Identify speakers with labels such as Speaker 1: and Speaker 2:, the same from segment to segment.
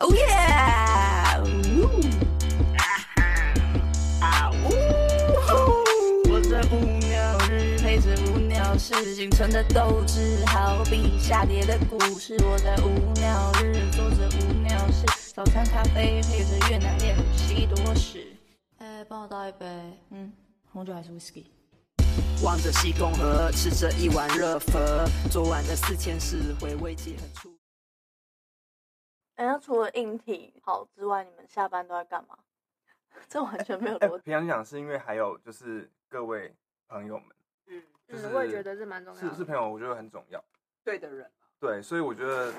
Speaker 1: Oh yeah! Ooh. Ah, ooh. 我这无聊日陪着无聊事，仅存的斗志好比下跌的股市。我在无聊日做着无聊事，早餐咖啡配着越南炼乳西多士。哎，帮我倒一杯，嗯，红酒还是 whisky？
Speaker 2: 望着西宫河，吃着一碗热粉，昨晚的四千四回味起很触。
Speaker 3: 哎，那除了硬体好之外，你们下班都在干嘛？ 这完全没有
Speaker 4: 哎、
Speaker 3: 逻辑。
Speaker 4: 平常讲是因为还有就是各位朋友们，
Speaker 2: 嗯，
Speaker 4: 就是、
Speaker 5: 嗯，我也觉得这蛮重要
Speaker 4: 是
Speaker 5: 的。
Speaker 4: 是朋友，我觉得很重要。
Speaker 2: 对的人
Speaker 4: 对，所以我觉 得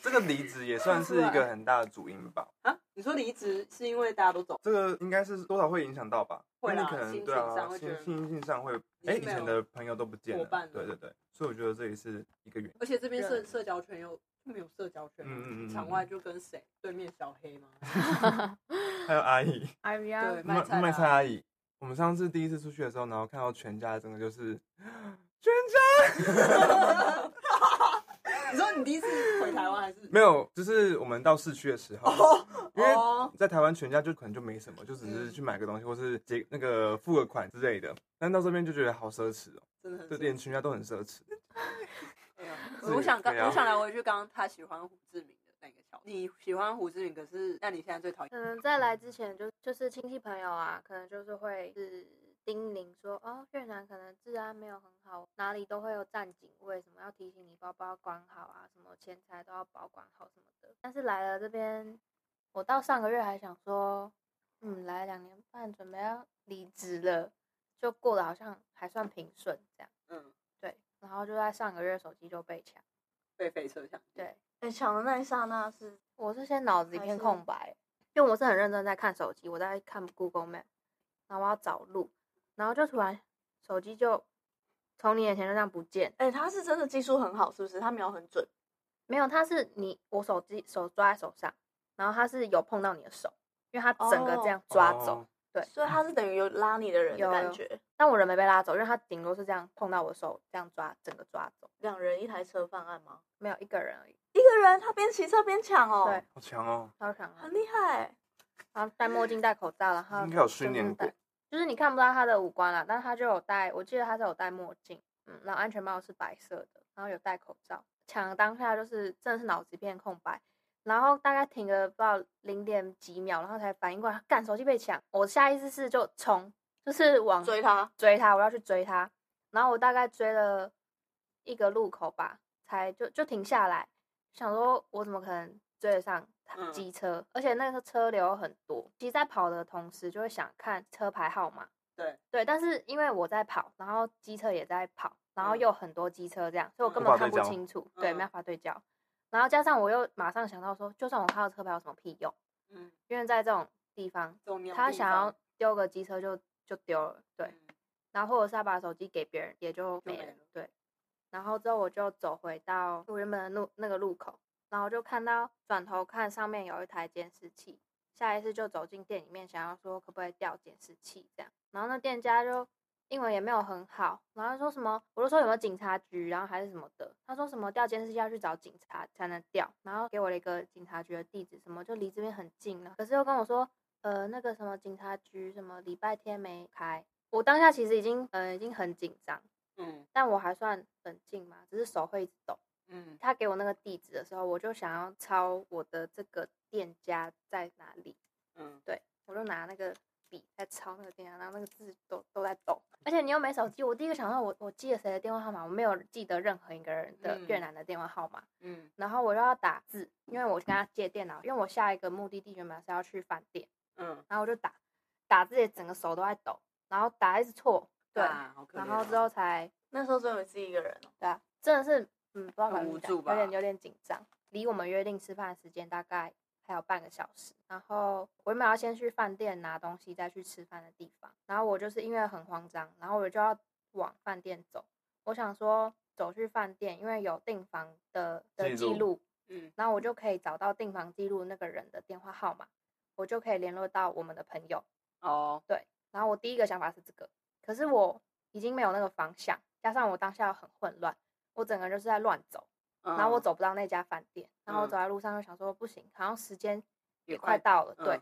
Speaker 4: 这个离职也算是一个很大的主因吧。
Speaker 2: 啊。你说离职是因为大家都走，
Speaker 4: 这个应该是多少会影响到吧？因
Speaker 2: 会
Speaker 4: 为
Speaker 2: 啦
Speaker 4: 你可能
Speaker 2: 心
Speaker 4: 对
Speaker 2: 情上
Speaker 4: 啊，
Speaker 2: 会觉
Speaker 4: 心
Speaker 2: 得
Speaker 4: 心性上会，
Speaker 2: 你
Speaker 4: 哎，
Speaker 2: 是
Speaker 4: 以
Speaker 2: 没有
Speaker 4: 前的朋友都不见
Speaker 2: 伙伴
Speaker 4: 了
Speaker 2: 了，
Speaker 4: 对对对，所以我觉得这也是一个 原因。
Speaker 2: 而且这边社
Speaker 5: 对
Speaker 2: 社交圈又就没有社交圈啊，
Speaker 4: 嗯嗯嗯嗯
Speaker 2: 场外就跟谁对面小黑吗？
Speaker 4: 还有阿姨，
Speaker 5: I V
Speaker 2: 对啊
Speaker 5: R，
Speaker 2: 卖
Speaker 4: 卖
Speaker 2: 菜的
Speaker 4: 卖菜啊阿姨，我们上次第一次出去的时候，然后看到全家真的就是全家
Speaker 2: 你说你第一次回台湾还是？
Speaker 4: 没有，就是我们到市区的时候，因为
Speaker 2: 哦，
Speaker 4: 在台湾全家就可能就没什么，就只是去买个东西或是结那个付个款之类的，但到这边就觉得好奢侈哦，
Speaker 2: 真的很哎
Speaker 4: 就
Speaker 2: 对
Speaker 4: 连全家都很奢侈。
Speaker 2: 我想刚
Speaker 4: 对啊
Speaker 2: 我想来回去刚刚他喜欢胡志明的那个桥，你喜欢胡志明，可是那你现在最讨厌
Speaker 5: 可能嗯在来之前就就是亲戚朋友啊，可能就是会是叮咛说，哦，越南可能治安没有很好，哪里都会有站警卫，什么要提醒你包包管好啊，什么钱财都要保管好什么的。但是来了这边，我到上个月还想说，嗯，来两年半准备要离职了，就过得好像还算平顺这样，
Speaker 2: 嗯
Speaker 5: 对。然后就在上个月手机就被抢，
Speaker 2: 被飞车抢，
Speaker 5: 对。
Speaker 3: 哎，抢的那一刹那是
Speaker 5: 我是先脑子一
Speaker 3: 还
Speaker 5: 片
Speaker 3: 是
Speaker 5: 空白，因为我是很认真在看手机，我在看 Google Map，然后我要找路，然后就突然手机就从你眼前就这样不见。
Speaker 3: 哎，他是真的技术很好，是不是？他瞄很准。
Speaker 5: 没有，它是你我手机手抓在手上，然后它是有碰到你的手，因为它整个这样抓走。
Speaker 4: 哦
Speaker 5: 对
Speaker 3: 所以他是等于有拉你的人的
Speaker 5: 有
Speaker 3: 感
Speaker 5: 有
Speaker 3: 觉，
Speaker 5: 但我人没被拉走，因为它顶多是这样碰到我手，这样抓整个抓走，
Speaker 3: 两人一台车犯案吗？
Speaker 5: 没有一个人而已。
Speaker 3: 一个人他边骑车边抢哦，
Speaker 5: 对，
Speaker 4: 好强哦！
Speaker 5: 超强啊
Speaker 3: 很！厉害。
Speaker 5: 然后戴墨镜、戴口罩，然后
Speaker 4: 应该有训练
Speaker 5: 就是
Speaker 4: 过
Speaker 5: 戴，就是你看不到他的五官啦，但是他就有戴，我记得他是有戴墨镜，嗯，然后安全帽是白色的，然后有戴口罩。抢的当下就是真的是脑子一片空白，然后大概停了不知道零点几秒，然后才反应过来，干手机被抢。我下意识是就冲，就是往
Speaker 3: 追他，
Speaker 5: 追他，我要去追他。然后我大概追了一个路口吧，才就就停下来，想说我怎么可能追得上
Speaker 2: 嗯
Speaker 5: 机车？而且那个车流很多，其实在跑的同时就会想看车牌号码。
Speaker 2: 对
Speaker 5: 对，但是因为我在跑，然后机车也在跑，然后
Speaker 2: 嗯
Speaker 5: 又有很多机车这样，所以我根
Speaker 4: 无
Speaker 5: 本
Speaker 4: 法
Speaker 5: 看
Speaker 4: 对
Speaker 5: 不
Speaker 4: 焦
Speaker 5: 清楚，对，
Speaker 2: 嗯
Speaker 5: 没办法对焦。然后加上我又马上想到说，就算我看到车牌有什么屁用？
Speaker 2: 嗯，
Speaker 5: 因为在这种地方，
Speaker 2: 这种鸟
Speaker 5: 他
Speaker 2: 地
Speaker 5: 想
Speaker 2: 方
Speaker 5: 要丢个机车就就丢了，对。
Speaker 2: 嗯
Speaker 5: 然后或者是他把手机给别人，也就
Speaker 2: 就
Speaker 5: 没
Speaker 2: 没
Speaker 5: 了
Speaker 2: 了。
Speaker 5: 对，然后之后我就走回到我原本的路那个路口，然后就看到转头看上面有一台监视器，下一次就走进店里面，想要说可不可以调监视器这样。然后那店家就英文也没有很好，然后说什么，我就说有没有警察局，然后还是什么的，他说什么调监视器要去找警察才能调，然后给我了一个警察局的地址，什么就离这边很近了，可是又跟我说，呃，那个什么警察局什么礼拜天没开，我当下其实已经呃已经很紧张，
Speaker 2: 嗯
Speaker 5: 但我还算冷静嘛，只是手会一直抖。
Speaker 2: 嗯
Speaker 5: 他给我那个地址的时候，我就想要抄我的这个店家在哪里，
Speaker 2: 嗯，
Speaker 5: 对我就拿那个笔在抄那个店家，然后那个字都都在抖。而且你又没手机，我第一个想到我我记得谁的电话号码，我没有记得任何一个人的
Speaker 2: 嗯
Speaker 5: 越南的电话号码，
Speaker 2: 嗯
Speaker 5: 然后我就要打字，因为我跟他借电脑，因为我下一个目的地原本是要去饭店，
Speaker 2: 嗯，
Speaker 5: 然后我就打打自己整个手都在抖，然后打一直错，对，
Speaker 2: 啊好可
Speaker 5: 然
Speaker 2: 怜
Speaker 5: 后
Speaker 2: 哦
Speaker 5: 之后才
Speaker 3: 那时候只有你自己一个人哦。
Speaker 5: 对啊，真的是，嗯，不知道
Speaker 2: 很
Speaker 5: 该怎么
Speaker 2: 无
Speaker 5: 讲
Speaker 2: 助吧
Speaker 5: 有点有点紧张。离我们约定吃饭的时间大概还有半个小时，然后我原本要先去饭店拿东西，再去吃饭的地方。然后我就是因为很慌张，然后我就要往饭店走。我想说走去饭店，因为有订房的的
Speaker 4: 记录
Speaker 5: 记录，
Speaker 2: 嗯
Speaker 5: 然后我就可以找到订房记录那个人的电话号码，我就可以联络到我们的朋友。
Speaker 2: 哦，
Speaker 5: 然后我第一个想法是这个，可是我已经没有那个方向，加上我当下很混乱，我整个人就是在乱走，
Speaker 2: 嗯
Speaker 5: 然后我走不到那家饭店，然后我走在路上就想说不行，好像时间也快到了，
Speaker 2: 嗯
Speaker 5: 对，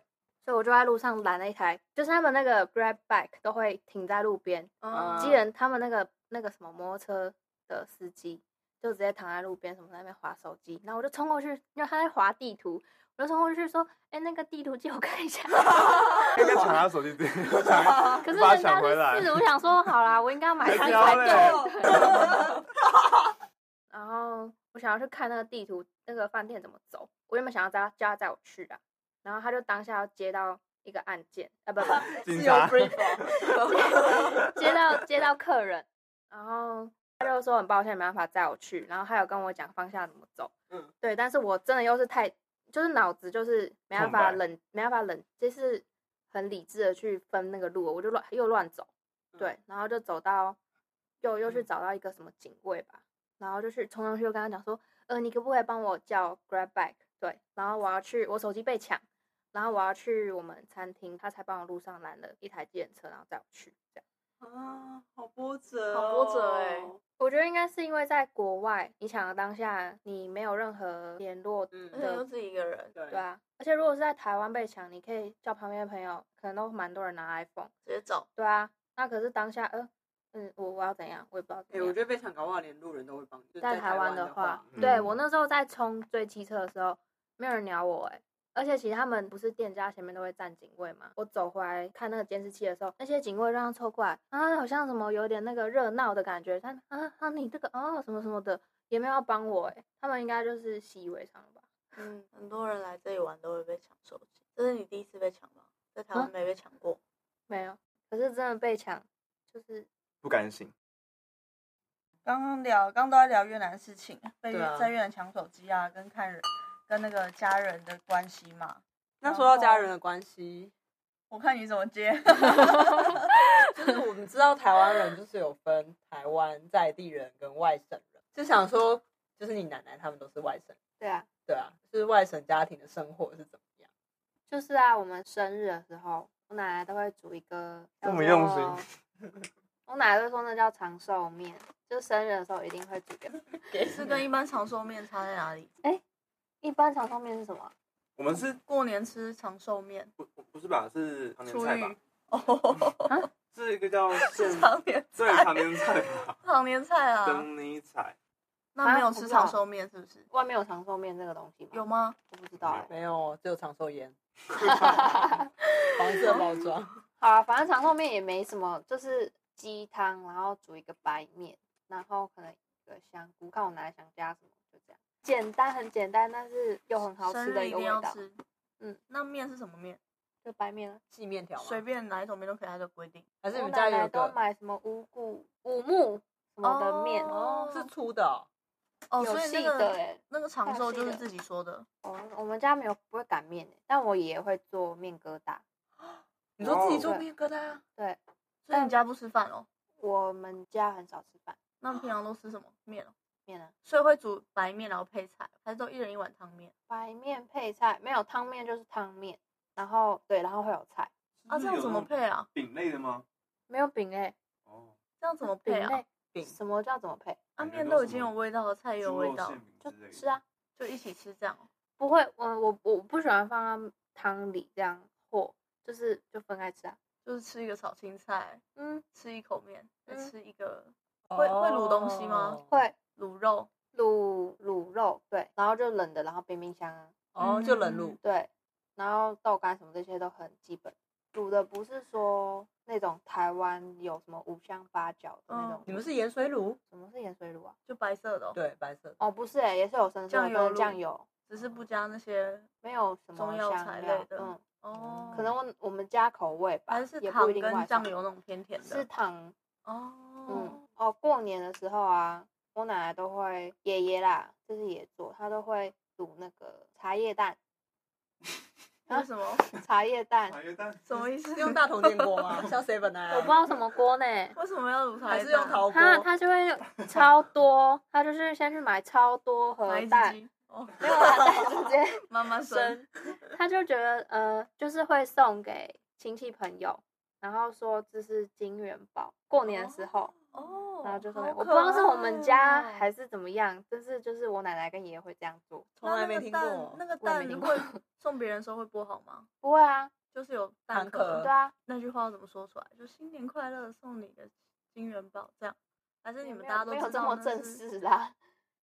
Speaker 5: 所以我就在路上拦了一台，就是他们那个 Grab bike 都会停在路边，
Speaker 2: 嗯
Speaker 5: 机、人他们那个那个什么摩托车的司机就直接躺在路边，什么在那边划手机，然后我就冲过去，因为他在划地图，我就冲过去说，哎、那个地图借我看一下，
Speaker 4: 应该抢他手机，直接 抢，
Speaker 5: 可是
Speaker 4: 把他
Speaker 5: 人家
Speaker 4: 抢回来
Speaker 5: 是。四，我想说好啦，我应该要买
Speaker 4: 还
Speaker 5: 它
Speaker 4: 挑
Speaker 5: 才
Speaker 4: 嘞
Speaker 5: 对。 然后我想要去看那个地图，那个饭店怎么走。我原本想要叫他叫他载我去的，然后他就当下要接到一个案件，啊不 不，
Speaker 4: 警
Speaker 2: 自由
Speaker 4: 察
Speaker 2: free
Speaker 5: 接到接到客人，然后他就说很抱歉没办法载我去，然后还有跟我讲方向怎么走。
Speaker 2: 嗯，
Speaker 5: 对，但是我真的又是太就是脑子就是没办法
Speaker 4: 空白
Speaker 5: 冷，没办法冷，就是很理智的去分那个路，我就乱又乱走。
Speaker 2: 嗯
Speaker 5: 对，然后就走到又又去找到一个什么警卫吧，然后就去冲上去就跟他讲说，呃，你可不可以帮我叫 Grab Bike？对，然后我要去，我手机被抢，然后我要去我们餐厅，他才帮我路上拦了一台计程车，然后载我去。这样，
Speaker 2: 啊，好波折、哦，
Speaker 3: 好波折欸
Speaker 5: 我觉得应该是因为在国外，你抢的当下你没有任何联络的，
Speaker 2: 嗯
Speaker 3: 而且 又自己一个人，
Speaker 2: 对
Speaker 5: 对啊。而且如果是在台湾被抢，你可以叫旁边的朋友，可能都蛮多人拿 iPhone，
Speaker 3: 直接走，
Speaker 5: 对啊。那可是当下，呃，嗯，我我要怎样，我也不知道
Speaker 2: 哎、
Speaker 5: 怎
Speaker 2: 我
Speaker 5: 样。
Speaker 2: 觉得被抢搞不好连路人都会帮你。就是
Speaker 5: 在
Speaker 2: 台
Speaker 5: 台湾
Speaker 2: 的
Speaker 5: 的话，
Speaker 4: 嗯
Speaker 5: 对我那时候在冲追机车的时候，没有人鸟我哎、而且其实他们不是店家前面都会站警卫嘛，我走回来看那个监视器的时候，那些警卫让他凑过来啊，好像什么有点那个热闹的感觉，他啊啊你这个哦什么什么的，也没有要帮我哎、他们应该就是习以为常了吧？
Speaker 3: 嗯，很多人来这里玩都会被抢手机，这是你第一次被抢吗？在台
Speaker 5: 啊
Speaker 3: 湾没被抢过，
Speaker 5: 没有，可是真的被抢，就是
Speaker 4: 不甘心。
Speaker 6: 刚刚聊，刚都在聊越南事情，被越、
Speaker 2: 对啊
Speaker 6: 在越南抢手机啊，跟看人跟那个家人的关系嘛。
Speaker 2: 那说到家人的关系，
Speaker 6: 我看你怎么接。
Speaker 2: 就是我们知道台湾人就是有分台湾在地人跟外省人，就想说，就是你奶奶他们都是外省人，
Speaker 5: 对啊，
Speaker 2: 对啊，就是外省家庭的生活是怎么样？
Speaker 5: 就是啊，我们生日的时候，我奶奶都会煮一个
Speaker 4: 这么用心。
Speaker 5: 我奶奶会说那叫长寿面，就生日的时候一定会煮给
Speaker 3: 是跟一般长寿面差在哪里？
Speaker 5: 一般长寿面是什么？
Speaker 4: 我们是
Speaker 3: 过年吃长寿面，
Speaker 4: 不不是吧？是常年
Speaker 3: 初
Speaker 4: 菜吧
Speaker 3: 遇？
Speaker 5: 嗯
Speaker 3: 哦，
Speaker 4: 是一个叫现
Speaker 3: 常年
Speaker 4: 对常年菜吧？
Speaker 3: 常年菜啊，
Speaker 4: 等你采，
Speaker 3: 那没有吃
Speaker 6: 啊
Speaker 3: 长寿面是不是？
Speaker 5: 外面有长寿面这个东西吗？
Speaker 3: 有？吗？
Speaker 5: 我不知道哎、
Speaker 2: 没有，只有长寿烟，黄色包装。
Speaker 5: 好啊，反正长寿面也没什么，就是鸡汤，然后煮一个白面，然后可能一个香菇，看我奶奶想加什么，就这样。简单，很简单，但是又很好
Speaker 3: 生
Speaker 5: 吃的
Speaker 3: 日
Speaker 5: 一
Speaker 3: 一
Speaker 5: 个
Speaker 3: 定
Speaker 5: 味
Speaker 3: 要
Speaker 5: 道，
Speaker 3: 吃。
Speaker 5: 嗯
Speaker 3: 嗯，那面是什么面？
Speaker 5: 就白面啊。
Speaker 2: 细面条吗？
Speaker 3: 随便哪一种面都可以，它的规定。
Speaker 2: 还是你
Speaker 5: 我
Speaker 2: 们家
Speaker 5: 奶
Speaker 2: 有
Speaker 5: 奶
Speaker 2: 一
Speaker 5: 都
Speaker 2: 个
Speaker 5: 买什么五谷、五木什么的面，
Speaker 3: 哦
Speaker 2: 是粗的哦、
Speaker 3: 哦，
Speaker 5: 有
Speaker 3: 所以
Speaker 5: 细
Speaker 3: 那
Speaker 5: 的
Speaker 3: 个
Speaker 5: 哎、
Speaker 3: 那个长寿就是
Speaker 5: 大细
Speaker 3: 自
Speaker 5: 的
Speaker 3: 己说的，
Speaker 5: 哦，我们家没有不会擀面、欸，但我爷爷会做面疙瘩。
Speaker 2: 你说自己做
Speaker 5: 哦
Speaker 2: 面疙啊瘩？
Speaker 5: 对，
Speaker 3: 所以你家不吃饭哦？
Speaker 5: 我们家很少吃饭
Speaker 3: 那平常都吃什么面哦？
Speaker 5: 面啊，
Speaker 3: 所以会煮白面然后配菜，还是都一人一碗汤面？
Speaker 5: 白面配菜没有汤面就是汤面，然后对，然后会有菜，
Speaker 3: 啊，这样怎么配啊？
Speaker 4: 饼类的吗？
Speaker 5: 没有饼类，
Speaker 4: 哦，
Speaker 3: 这样怎么
Speaker 5: 饼
Speaker 3: 配啊？
Speaker 5: 类
Speaker 2: 饼
Speaker 5: 什么叫怎么配？
Speaker 3: 啊，面都已经有味道了，菜也有
Speaker 4: 猪
Speaker 3: 味
Speaker 4: 肉
Speaker 3: 道
Speaker 4: 馅，饼
Speaker 5: 就
Speaker 4: 之类的
Speaker 5: 吃啊，，
Speaker 3: 就一起吃这样哦。
Speaker 5: 不会，我我我不喜欢放到汤里这样和，就是就分开吃啊。
Speaker 3: 就是吃一个炒青菜，
Speaker 5: 嗯，
Speaker 3: 吃一口面，再
Speaker 5: 嗯
Speaker 3: 吃一个会会卤东西吗
Speaker 2: 哦
Speaker 5: 会
Speaker 3: 卤肉。
Speaker 5: 卤卤肉，对，然后就冷的，然后冰冰箱啊，
Speaker 2: 哦，就冷卤。
Speaker 5: 对，然后豆干什么这些都很基本。煮的不是说那种台湾有什么五香八角的那
Speaker 3: 嗯
Speaker 5: 种，
Speaker 2: 你们是盐水卤？
Speaker 5: 什么是盐水卤啊？
Speaker 3: 就白色的、哦，
Speaker 2: 对，白色的。
Speaker 5: 哦，不是、欸，也是有生
Speaker 3: 酱
Speaker 5: 蒜
Speaker 3: 油
Speaker 5: 跟酱
Speaker 3: 卤
Speaker 5: 油，
Speaker 3: 只是不加那些
Speaker 5: 没有什么
Speaker 3: 中药
Speaker 5: 香
Speaker 3: 材
Speaker 5: 料
Speaker 3: 类，的。
Speaker 5: 嗯，
Speaker 3: 哦，
Speaker 5: 可能我我们家口味吧，
Speaker 3: 还是
Speaker 5: 也
Speaker 3: 糖
Speaker 5: 不一定外
Speaker 3: 跟
Speaker 5: 放
Speaker 3: 酱油那种偏甜的。
Speaker 5: 是糖，
Speaker 3: 哦，
Speaker 5: 嗯，哦，过年的时候啊，我奶奶都会爷爷啦，这是爷做，他都会卤那个茶叶蛋，
Speaker 3: 那是什么？
Speaker 5: 茶叶蛋，
Speaker 4: 茶叶蛋
Speaker 3: 什么意 思？
Speaker 2: 是用大同电锅吗？像 seven 啊？
Speaker 5: 我不知道什么锅呢，
Speaker 3: 为什么要卤茶
Speaker 2: 还
Speaker 3: 叶蛋？
Speaker 2: 是用陶锅？
Speaker 5: 他他就会 超多，他就是先去买超多
Speaker 3: 哪
Speaker 5: 盒
Speaker 3: 一只
Speaker 5: 蛋，
Speaker 3: 鸡？哦，
Speaker 5: 没有啊啦，蛋 直接
Speaker 3: 妈妈生。
Speaker 5: 他就觉得呃，就是会送给亲戚朋友，然后说这是金元宝，过年的时候，
Speaker 3: 哦，
Speaker 5: 然后就
Speaker 6: 好
Speaker 5: 说我不知
Speaker 6: 可
Speaker 5: 道是我们家
Speaker 6: 爱哦
Speaker 5: 还是怎么样，但是就是我奶奶跟爷爷会这样做。
Speaker 6: 那
Speaker 2: 从来
Speaker 6: 那
Speaker 2: 没
Speaker 6: 个
Speaker 2: 听
Speaker 6: 蛋
Speaker 2: 过。
Speaker 6: 那个
Speaker 5: 我也
Speaker 6: 蛋
Speaker 5: 没听过
Speaker 6: 会送别人的时候会剥好吗？
Speaker 5: 不会啊，
Speaker 6: 就是 有
Speaker 2: 蛋
Speaker 6: 蛋
Speaker 2: 壳
Speaker 6: 壳，
Speaker 5: 对啊，
Speaker 6: 那句话要怎么说出来？就新年快乐，送你个金元宝这样，还是你
Speaker 5: 也
Speaker 6: 们
Speaker 5: 没有
Speaker 6: 大家都
Speaker 5: 没有
Speaker 6: 知
Speaker 5: 这
Speaker 6: 道
Speaker 5: 么
Speaker 6: 那
Speaker 5: 正
Speaker 6: 是
Speaker 5: 式啦。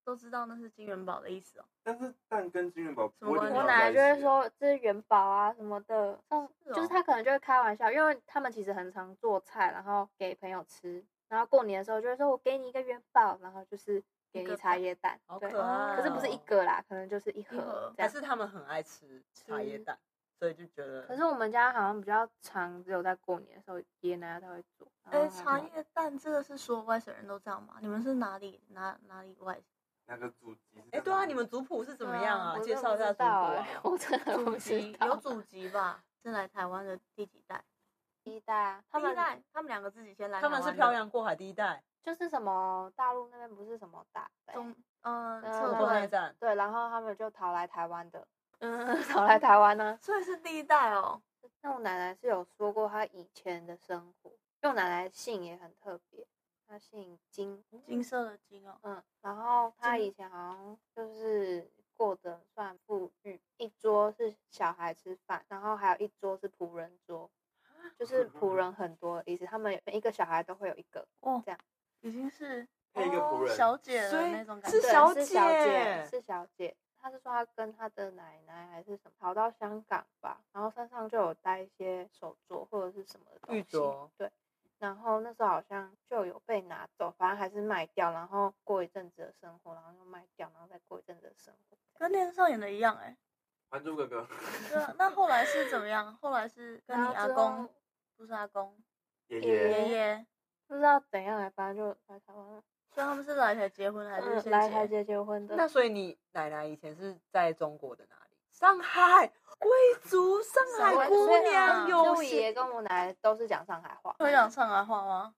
Speaker 6: 都知道那是金元宝的意思哦。
Speaker 4: 但是蛋跟金元宝不会
Speaker 6: 什么关系
Speaker 4: 连
Speaker 5: 我
Speaker 4: 到
Speaker 5: 奶
Speaker 4: 在
Speaker 5: 奶就会
Speaker 4: 一起
Speaker 5: 说这是元宝啊什么的，像
Speaker 6: 哦是
Speaker 5: 就是
Speaker 6: 哦
Speaker 5: 她可能就会开玩笑，因为他们其实很常做菜，然后给朋友吃，然后过年的时候就会说我给你一个元宝，然后就是给
Speaker 6: 个
Speaker 5: 你茶
Speaker 6: 吧
Speaker 5: 叶蛋，
Speaker 2: 好
Speaker 5: 对，
Speaker 2: 可爱、哦
Speaker 5: 可是不是一，个啦，可能就是一盒
Speaker 6: 哦盒
Speaker 5: 这
Speaker 2: 还
Speaker 5: 样。
Speaker 2: 是他们很爱吃茶叶
Speaker 5: 吃
Speaker 2: 蛋，所以就觉得。
Speaker 5: 可是我们家好像比较常只有在过年的时候，爷爷奶奶才会做。然
Speaker 6: 哎，
Speaker 5: 后
Speaker 6: 茶
Speaker 5: 还有
Speaker 6: 叶蛋这个是所有外省人都这样吗？你们是哪里哪哪里 外省？
Speaker 4: 那个主机是在
Speaker 2: 哎、对啊，
Speaker 4: 哪里
Speaker 2: 你们族谱是怎么
Speaker 6: 对啊
Speaker 2: 样啊？
Speaker 5: 我
Speaker 2: 介
Speaker 5: 真的
Speaker 2: 绍一
Speaker 5: 不
Speaker 2: 下
Speaker 5: 知
Speaker 2: 族谱
Speaker 5: 道哎
Speaker 2: 啊。
Speaker 5: 我真的
Speaker 6: 哦祖
Speaker 5: 不知
Speaker 6: 籍
Speaker 5: 道。
Speaker 6: 有祖籍吧？是来台湾的第几代？
Speaker 5: 第一代啊，他
Speaker 6: 第一
Speaker 5: 们
Speaker 6: 代，他们两个自己先来台
Speaker 2: 他
Speaker 6: 湾的。
Speaker 2: 们是漂洋过海第一代，
Speaker 5: 就是什么大陆那边不是什么大灾
Speaker 6: 中，嗯，
Speaker 5: 呃
Speaker 6: 撤
Speaker 5: 对
Speaker 2: 国内
Speaker 6: 退，
Speaker 2: 战。
Speaker 5: 对，然后他们就逃来台湾的，嗯，逃来台湾呢、
Speaker 6: 所以是第一代哦。
Speaker 5: 那我奶奶是有说过她以前的生活，因为我奶奶姓也很特别，她姓金，
Speaker 6: 金色的金哦，
Speaker 5: 嗯，然后她
Speaker 6: 金
Speaker 5: 以前好像就是过得算富裕，一桌是小孩吃饭，然后还有一桌是仆人桌，就是仆人很多的意思，他们每一个小孩都会有一个，
Speaker 6: 已经是哦
Speaker 4: 配一个仆人
Speaker 6: 小姐
Speaker 2: 所
Speaker 6: 的
Speaker 2: 以
Speaker 6: 那种感
Speaker 2: 是
Speaker 6: 觉。
Speaker 5: 对
Speaker 2: 小
Speaker 5: 是小
Speaker 2: 姐
Speaker 5: 姐，是小姐。她是说她跟她的奶奶还是什么逃到香港吧，然后身上就有带一些手镯或者是什么的东
Speaker 2: 玉
Speaker 5: 西
Speaker 2: 镯，
Speaker 5: 对。然后那时候好像就有被拿走，反正还是卖掉，然后过一阵子的生活，然后又卖掉，然后再过一阵子的生活。
Speaker 6: 跟电视上演的一样哎、
Speaker 4: 还珠格格
Speaker 6: 对啊，那后来是怎么样？后来是跟你
Speaker 5: 然后
Speaker 6: 阿
Speaker 5: 之
Speaker 6: 公
Speaker 5: 后，
Speaker 6: 不是阿公，
Speaker 4: 爷
Speaker 5: 爷
Speaker 4: 爷
Speaker 6: 爷爷，
Speaker 5: 不知道怎样来，反正就来台湾了，
Speaker 6: 所以他们是来台结婚还是
Speaker 5: 嗯
Speaker 6: 先
Speaker 5: 来台
Speaker 6: 结？
Speaker 5: 结结婚的。
Speaker 2: 那所以你奶奶以前是在中国的哪里？上海贵族，上
Speaker 6: 上
Speaker 2: 海
Speaker 6: 海
Speaker 2: 姑
Speaker 6: 姑
Speaker 2: 娘
Speaker 6: 娘
Speaker 5: 啊就
Speaker 2: 有
Speaker 5: 嗯我爷爷
Speaker 2: 些
Speaker 5: 跟我奶奶都是讲上海话，
Speaker 6: 会讲上海话吗？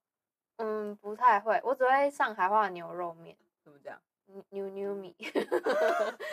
Speaker 5: 嗯，不太会，我只会上海话的牛肉面，
Speaker 2: 怎么讲？
Speaker 5: 牛牛牛米。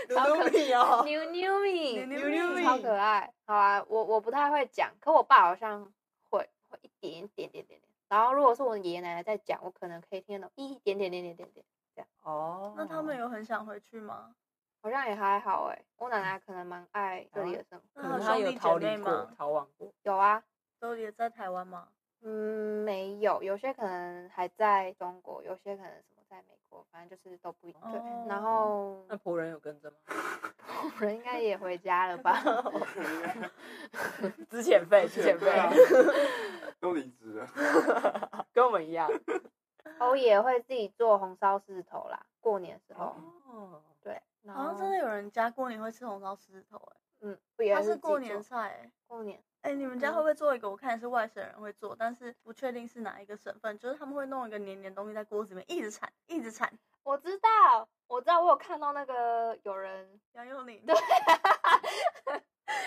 Speaker 2: 牛
Speaker 5: 好
Speaker 2: 牛
Speaker 5: 可
Speaker 2: 米哦，
Speaker 5: 牛牛米，
Speaker 6: 牛牛米
Speaker 5: 超可爱。好啊，我我不太会讲，可我爸好像会会一点点点点点。然后如果是我爷爷奶奶在讲，我可能可以听得懂一点点点点点点，
Speaker 2: 哦，
Speaker 6: 那他们有很想回去吗？
Speaker 5: 好像也还好哎、我奶奶可能蛮爱
Speaker 2: 啊
Speaker 5: 这里的生活，
Speaker 6: 那
Speaker 2: 可
Speaker 6: 他
Speaker 2: 能
Speaker 6: 有
Speaker 2: 他
Speaker 6: 兄
Speaker 2: 有
Speaker 6: 弟
Speaker 2: 逃
Speaker 6: 姐
Speaker 2: 离
Speaker 6: 妹
Speaker 2: 过
Speaker 6: 吗？、
Speaker 2: 逃亡过。
Speaker 5: 有啊，
Speaker 6: 都也在台湾吗？
Speaker 5: 嗯，没有，有些可能还在中国，有些可能什么在美国，反正就是都不一定。对
Speaker 6: 哦
Speaker 5: 然后
Speaker 2: 那仆人有跟着 吗？
Speaker 5: 我人应该也回家了 吧？
Speaker 2: 之前费，之
Speaker 4: 之前
Speaker 2: 前费
Speaker 4: 费，啊 都离职了，
Speaker 2: 跟我们一样。
Speaker 5: 我也会自己做红烧狮子头啦，过年的时候。
Speaker 2: 哦，
Speaker 5: 对，然
Speaker 6: 好
Speaker 5: 后
Speaker 6: 像真的有人家过年会吃红烧狮子头哎、
Speaker 5: 嗯，不哦也
Speaker 6: 它
Speaker 5: 是
Speaker 6: 是
Speaker 5: 自己
Speaker 6: 过年
Speaker 5: 做
Speaker 6: 菜哎、
Speaker 5: 过年
Speaker 6: 哎、你们家
Speaker 5: 嗯
Speaker 6: 会不会做一个？我看也是外省人会做，但是不确定是哪一个省份，就是他们会弄一个黏黏的东西在锅子里面一直铲，一直铲。
Speaker 5: 我知道，我知道，我有看到那个有人，
Speaker 6: 杨佑宁，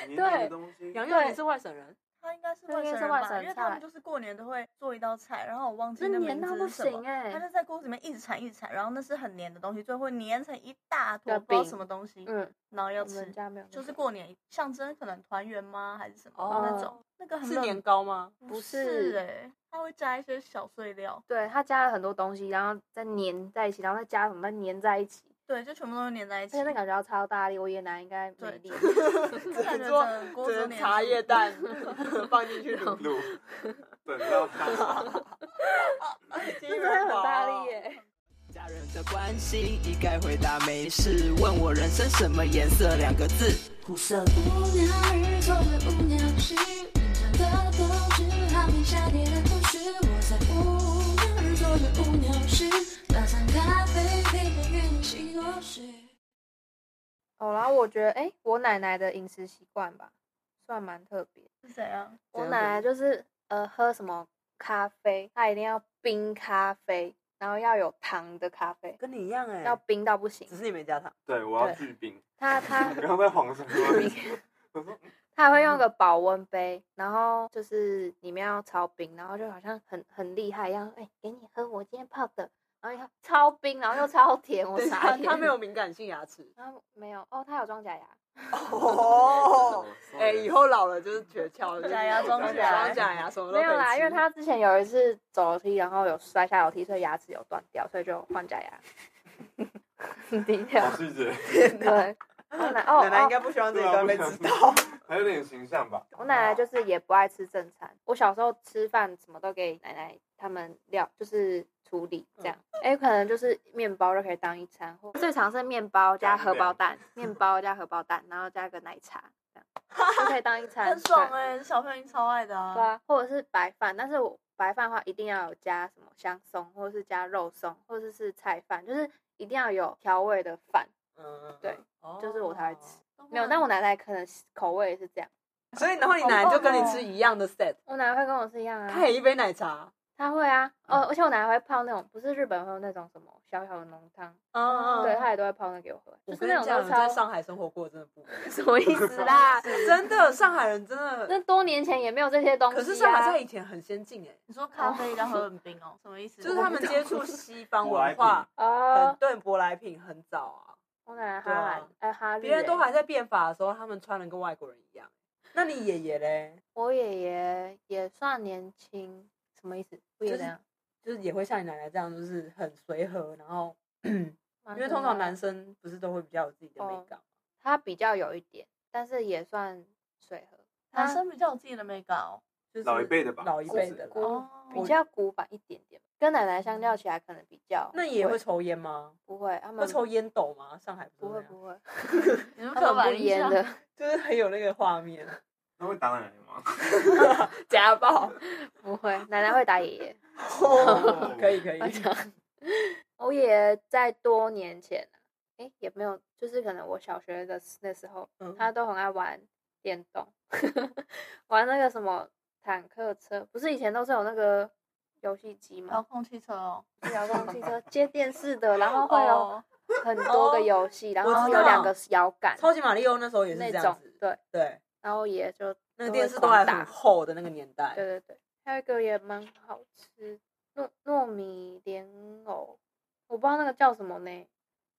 Speaker 4: 你拿的
Speaker 5: 对
Speaker 4: 东西
Speaker 2: 杨
Speaker 5: 对
Speaker 2: 佑你是外省人，
Speaker 6: 他应该是
Speaker 5: 那
Speaker 6: 外
Speaker 5: 应该
Speaker 6: 省
Speaker 5: 是
Speaker 6: 人
Speaker 5: 外
Speaker 6: 吧，
Speaker 5: 省
Speaker 6: 因为他们
Speaker 5: 菜
Speaker 6: 就是过年都会做一道菜，然后我忘记
Speaker 5: 这
Speaker 6: 那
Speaker 5: 黏
Speaker 6: 名
Speaker 5: 到不
Speaker 6: 字是什
Speaker 5: 行
Speaker 6: 么。
Speaker 5: 哎、
Speaker 6: 它就在锅子里面一直铲一直铲，然后那是很黏的东西，最后会黏成一大坨
Speaker 5: 个
Speaker 6: 不知道
Speaker 5: 饼
Speaker 6: 什么东西，
Speaker 5: 嗯，
Speaker 6: 然后
Speaker 5: 我
Speaker 6: 要吃
Speaker 5: 们。家没有那个，
Speaker 6: 就是过年象征可能团圆吗，还是什么、
Speaker 2: 哦
Speaker 6: 那种？那个很
Speaker 2: 是
Speaker 6: 冷
Speaker 2: 年糕吗？
Speaker 5: 不
Speaker 6: 不
Speaker 5: 是
Speaker 6: 是哎、它会加一些小碎料，
Speaker 5: 对他加了很多东西，然后再粘在一起，然后再加什么，再粘在一起，
Speaker 6: 对，就全部都粘在一
Speaker 5: 而
Speaker 6: 起。
Speaker 5: 且那感觉要超大力，我爷爷奶奶应该没
Speaker 6: 对
Speaker 5: 力。
Speaker 6: 那感觉
Speaker 2: 只做
Speaker 6: 整个锅
Speaker 2: 只
Speaker 6: 子都
Speaker 2: 能
Speaker 6: 粘
Speaker 2: 茶
Speaker 6: 住
Speaker 2: 叶蛋放进去 卤，
Speaker 4: 路等到他。
Speaker 2: 这
Speaker 5: 真的很大力耶、
Speaker 1: 家人的关系一概回答没事，问我人生什么颜色两个字，苦涩。
Speaker 7: 无聊日做的无聊事，认真的斗志，好比下跌的故事。我在无聊日做的无聊事，打上咖啡配着月亮西多士。
Speaker 5: 哦，然后我觉得，哎、我奶奶的饮食习惯吧，算蛮特别。
Speaker 6: 是怎样？
Speaker 5: 我
Speaker 2: 怎样
Speaker 5: 奶奶
Speaker 2: 子
Speaker 5: 就是呃喝什么咖啡，她一定要冰咖啡，然后要有糖的咖啡，
Speaker 2: 跟你一样哎
Speaker 5: 要冰到不行
Speaker 2: 只。是你没加糖。
Speaker 4: 对，我要巨冰。
Speaker 5: 她她
Speaker 4: 我刚刚在皇上说，嗯我说
Speaker 5: 他还会用个保温杯，然后就是里面要超冰，然后就好像很很厉害一样，哎、给你喝我今天泡的，然然后一看超冰，然后又超甜，我
Speaker 2: 等一
Speaker 5: 傻
Speaker 2: 下，
Speaker 5: 眼。。
Speaker 2: 啊他没有敏感性牙齿
Speaker 5: 然后没有哦，他有装假牙，
Speaker 2: 哦，啊哎，
Speaker 4: 以
Speaker 2: 以
Speaker 4: 后。
Speaker 2: 后老了就是诀 窍，就是
Speaker 6: 假牙装
Speaker 4: 假牙
Speaker 2: 装假牙，什么都
Speaker 5: 没
Speaker 2: 可以
Speaker 5: 有啦，
Speaker 2: 吃
Speaker 5: 因为他之前有一次走楼梯，然后有摔下楼梯，所以牙齿有断掉，所以就换假牙。 很低调，
Speaker 4: 老哦师姐，
Speaker 5: 对。我奶哦
Speaker 2: 奶奶应该
Speaker 5: 哦，
Speaker 2: 不希望自己
Speaker 4: 对啊
Speaker 2: 都被
Speaker 4: 不想
Speaker 2: 知道。
Speaker 4: 还有点形象吧。
Speaker 5: 我奶奶就是也不爱吃正餐。我小时候吃饭什么都给奶奶他们料，就是处理
Speaker 2: 嗯
Speaker 5: 这样。哎、可能就是面包就可以当一餐，或最常是面包加荷包蛋，面包加荷包蛋，然后加个奶茶，这样就可 以当一餐。
Speaker 6: 很爽
Speaker 2: 欸
Speaker 5: 对
Speaker 6: 哎、小朋友超爱的
Speaker 5: 对
Speaker 6: 啊。
Speaker 5: 啊，或者是白饭，但是我白饭的话一定要有加什么香松，或者是加肉松，或者是菜饭，就是一定要有调味的饭，
Speaker 2: 嗯，
Speaker 5: 对
Speaker 2: 哦
Speaker 5: 就是我才会吃。没有，
Speaker 6: 那
Speaker 5: 但我奶奶可能是口味也是这样，
Speaker 2: 所以然后你奶奶就跟你吃一样的 set，
Speaker 5: 我奶奶会跟我是一样啊，
Speaker 2: 她也一嗯杯奶茶。
Speaker 5: 她会啊，哦，而且我奶奶会泡那种，不是日本会有那种什么小小的浓汤，
Speaker 2: 嗯
Speaker 5: 对，她也都会泡那给我喝，
Speaker 2: 我
Speaker 5: 哦就是
Speaker 2: 跟
Speaker 5: 那
Speaker 2: 你
Speaker 5: 种
Speaker 2: 讲，
Speaker 5: 都
Speaker 2: 你在
Speaker 5: 超
Speaker 2: 上海生活过真的不一样？
Speaker 5: 什么意思 啦
Speaker 2: 真的，上海人真的。
Speaker 5: 那多年前也没有这些东西、啊，
Speaker 2: 可是上海在以前很先进哎，
Speaker 6: 你说咖啡一定要喝很冰哦，什么意思？
Speaker 2: 就是他们接 触西方
Speaker 4: 舶来
Speaker 2: 文
Speaker 4: 品
Speaker 2: 化，很
Speaker 5: 哦，
Speaker 2: 对舶来品很早啊。
Speaker 5: 我奶奶哈
Speaker 2: 对啊
Speaker 5: 兰，哎、哈日
Speaker 2: 别人都
Speaker 5: 欸
Speaker 2: 还在变法的时候，他们穿的跟外国人一样。那你爷爷嘞，
Speaker 5: 我爷爷也算年轻，什么意思？不一
Speaker 2: 就是
Speaker 5: 样。
Speaker 2: 就是也会像你奶奶这样，就是很随和，然后，
Speaker 5: 因
Speaker 2: 因为通常男生不是都会比较有自己的
Speaker 5: 哦
Speaker 2: 美感，
Speaker 5: 他比较有一点，但是也算随和。
Speaker 6: 男
Speaker 5: 他
Speaker 6: 生比较有自己的美感哦。
Speaker 2: 就是
Speaker 4: 老一辈的吧
Speaker 2: 老一辈的。
Speaker 5: 古
Speaker 6: 哦
Speaker 5: 比较古板一点点，跟奶奶相较起来可能比较。
Speaker 2: 嗯那爷爷会抽烟吗？
Speaker 5: 不会？他们
Speaker 2: 会抽烟斗吗？上海
Speaker 5: 不
Speaker 2: 不
Speaker 5: 会
Speaker 2: 是那样
Speaker 5: 不会，
Speaker 6: 你们
Speaker 5: 他们不
Speaker 6: 板印
Speaker 5: 烟
Speaker 6: 象
Speaker 5: 的。
Speaker 2: 就是很有那个画面，
Speaker 4: 那会打奶奶吗？
Speaker 2: 家暴。
Speaker 5: 不会，奶奶会打爷爷。
Speaker 4: 哦
Speaker 2: 可以可以，
Speaker 5: 我爷爷在多年前啊，哎也没有，就是可能我小学的那时候，
Speaker 2: 嗯
Speaker 5: 他都很爱玩电动，玩那个什么坦克车，不是以前都是有那个游戏机吗
Speaker 6: 遥？控汽车哦，
Speaker 5: 遥控汽车接电视的，然后会有
Speaker 6: 哦
Speaker 5: 很多个游戏，然
Speaker 2: 我
Speaker 5: 后
Speaker 2: 知
Speaker 5: 有
Speaker 2: 道
Speaker 5: 两个摇杆
Speaker 2: 超级玛丽欧那时候也是
Speaker 5: 那
Speaker 2: 这样
Speaker 5: 种
Speaker 2: 子，，
Speaker 5: 对。
Speaker 2: 对，
Speaker 5: 然后也就
Speaker 2: 那个电视都还很厚的那个年代
Speaker 5: 对，对对，还有一个也蛮好吃，糯糯米莲藕，我不知道那个叫什么呢，